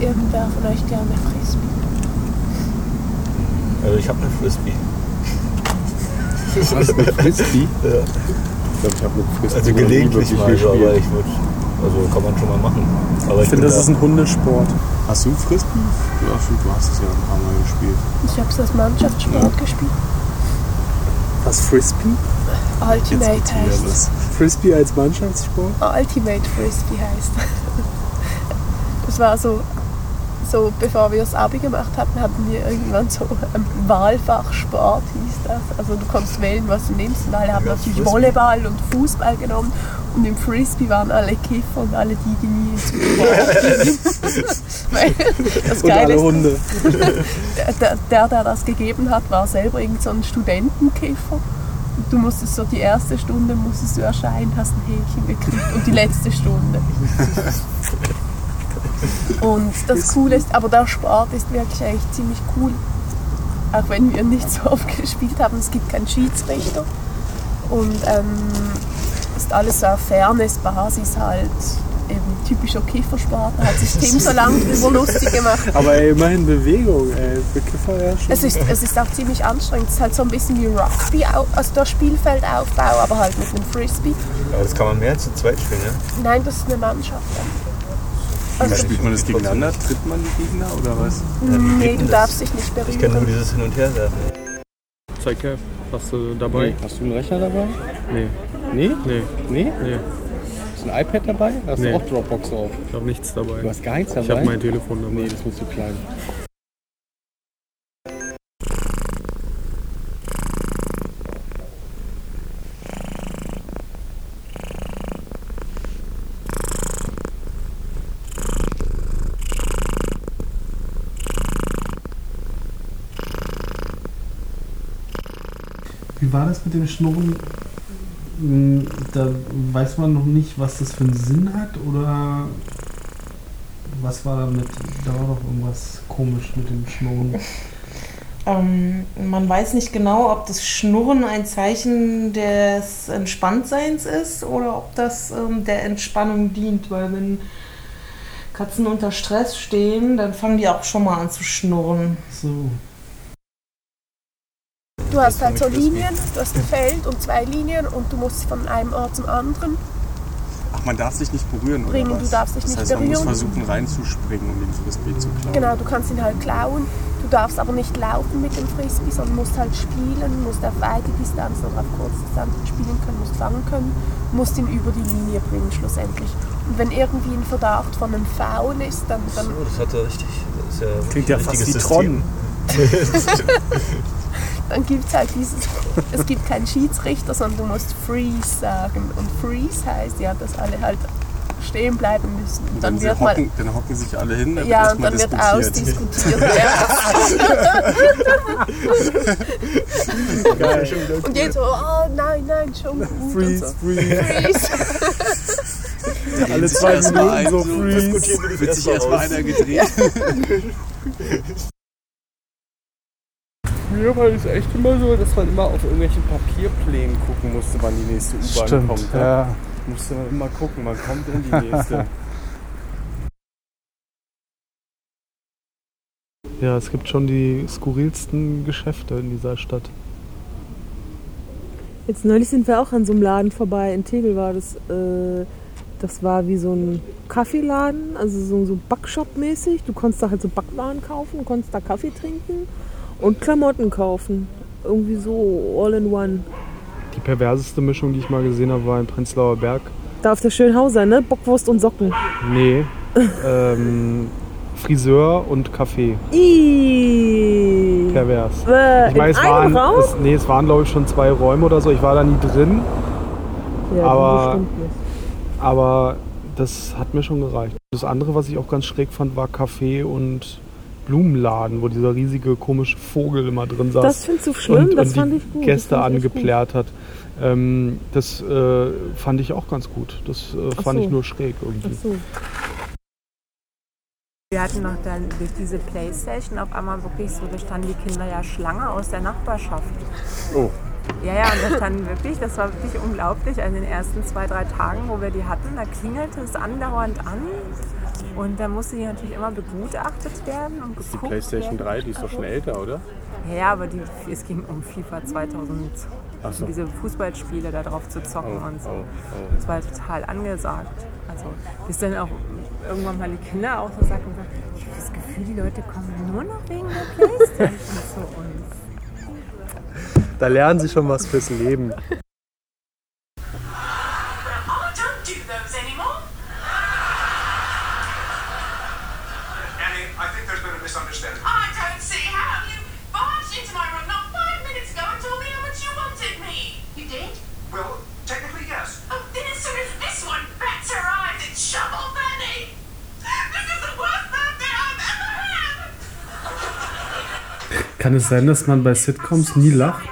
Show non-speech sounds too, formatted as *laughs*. irgendwer von euch gerne Frisbee? Also ich habe eine Frisbee. Was, mit Frisbee? Ja. Ich glaube, ich habe mit Frisbee Also noch nie gelegentlich wirklich mal, so, aber gespielt. ich würde. Also kann man schon mal machen. Aber Ich finde, das ist ein Hundesport. Hast du Frisbee? Ja, stimmt, du hast es ja ein paar Mal gespielt. Ich habe es als Mannschaftssport gespielt. Was, Frisbee? Ultimate wird's wieder heißt los. Frisbee als Mannschaftssport? Ultimate Frisbee heißt. *laughs* Das war so, so bevor wir das Abi gemacht hatten, hatten wir irgendwann so ein Wahlfachsport hieß das. Also du konntest wählen, was du nimmst. Und alle haben Ja, natürlich Frisbee. Volleyball und Fußball genommen. Und im Frisbee waren alle Kiffer und alle die, die nie ins *laughs* Weil das Und Geile alle ist, Hunde. der, der, der das gegeben hat, war selber irgend so ein Studentenkäfer. Und du musstest so die erste Stunde musstest du erscheinen, hast ein Häkchen gekriegt und die letzte Stunde. Und das Coole ist, aber der Sport ist wirklich eigentlich ziemlich cool. Auch wenn wir nicht so oft gespielt haben, es gibt keinen Schiedsrichter. Und ähm, ist alles so auf Fairness-Basis halt. Eben typischer Kiffersport, da hat sich Tim so lange drüber lustig gemacht. Aber ey, immerhin Bewegung, ey. Für Kiffer ja schon. Es ist, es ist auch ziemlich anstrengend. Es ist halt so ein bisschen wie Rugby, au- also der Spielfeldaufbau, aber halt mit einem Frisbee. Aber das kann man mehr zu zweit spielen, ne? Nein, das ist eine Mannschaft. Ja, Also, Spielt man das gegeneinander? Tritt man die Gegner oder was? nee, geht du denn darfst dich nicht berühren. Ich kann nur dieses Hin und Her werfen. Zeig her. Hast du dabei? Hast du einen Rechner dabei? Nee. Nee? Nee, Nee? nee, Hast du ein iPad dabei? Hast Nee. du auch Dropbox auf? ich habe nichts dabei. Du hast gar nichts dabei? Ich habe mein Telefon dabei. Nee, das wird zu klein. Wie war das mit dem Schnurren? Hm, Da weiß man noch nicht, was das für einen Sinn hat oder was war damit? Da war doch irgendwas komisch mit dem Schnurren. Ähm, man weiß nicht genau, ob das Schnurren ein Zeichen des Entspanntseins ist oder ob das ähm, der Entspannung dient, weil wenn Katzen unter Stress stehen, dann fangen die auch schon mal an zu schnurren. So. Du hast halt so Für mich Linien, du hast ein Feld und zwei Linien und du musst von einem Ort zum anderen. Ach, man darf sich nicht berühren, Bringen, oder du was? darfst dich das nicht heißt, man muss berühren. versuchen reinzuspringen, um den Frisbee zu klauen. Genau, du kannst ihn halt klauen. Du darfst aber nicht laufen mit dem Frisbee, sondern musst halt spielen, musst auf weite Distanz oder auf kurze Distanz spielen können, musst fangen können, musst ihn über die Linie bringen schlussendlich. Und wenn irgendwie ein Verdacht von einem Foul ist, dann, dann So, das hat er richtig. Das ist ja Klingt ja ein fast wie richtiges Tron. dann gibt es halt dieses, es gibt keinen Schiedsrichter, sondern du musst Freeze sagen. Und Freeze heißt ja, dass alle halt stehen bleiben müssen. Und Dann, dann sie wird mal, hocken, dann hocken sich alle hin, dann ja, wird und erstmal dann wird diskutiert. ausdiskutiert. *laughs* ja. Geil. Und jeder so, oh nein, nein, schon gut. Freeze, Und freeze. so. Freeze. Alle zwei Minuten so freeze. Ziel. Wird sich erstmal einer gedreht. Früher war das echt immer so, dass man immer auf irgendwelchen Papierplänen gucken musste, wann die nächste U-Bahn kommt. ne? Stimmt, ja. Musste man immer gucken, wann kommt denn die nächste. *laughs* Ja, es gibt schon die skurrilsten Geschäfte in dieser Stadt. Jetzt neulich sind wir auch an so einem Laden vorbei. In Tegel war das. Äh, das war wie so ein Kaffeeladen, also so, so Backshop-mäßig. Du konntest da halt so Backwaren kaufen, konntest da Kaffee trinken und Klamotten kaufen. Irgendwie so all in one. Die perverseste Mischung, die ich mal gesehen habe, war in Prenzlauer Berg. Da auf der Schönhauser, ne? Bockwurst und Socken. Nee. ähm, Friseur und Kaffee. Ihhh. Pervers. Bäh, Ich meine, in es waren, einem Raum? es, nee, es waren glaube ich schon zwei Räume oder so. Ich war da nie drin, ja, aber- bestimmt nicht. aber das hat mir schon gereicht. Das andere, was ich auch ganz schräg fand, war Kaffee und Blumenladen, wo dieser riesige komische Vogel immer drin saß Das findest du schlimm, und, das und fand die ich gut. das Gäste fand ich echt gut. angeplärt hat. Ähm, das äh, fand ich auch ganz gut. Das äh, Ach fand so. ich nur schräg irgendwie. Ach so. Wir hatten noch dann durch diese Playstation auf einmal wirklich so, da standen die Kinder ja Schlange aus der Nachbarschaft. Oh. Ja, ja, und da standen wirklich, das war wirklich also unglaublich, an den ersten zwei, drei Tagen, wo wir die hatten, da klingelte es andauernd an. Und dann musste die natürlich immer begutachtet werden und Das ist die geguckt PlayStation werden. 3, die ist doch schon älter, oder? Ja, aber die, es ging um FIFA 2000, Ach so. diese Fußballspiele da drauf zu zocken und so. oh, Das war total angesagt. Also bis dann auch irgendwann mal die Kinder auch so sagten, so, ich habe das Gefühl, die Leute kommen nur noch wegen der Playstation zu uns. Da lernen sie schon was fürs Leben. Annie, I think there's been a misunderstanding. I don't see how you barged into my room not five minutes ago and told me how much you wanted me. You did? Well, technically, yes. Oh, then as soon as this one bats her eyes at Shovel Fanny, this is the worst birthday I've ever had. Kann es sein, dass man bei Sitcoms nie lacht?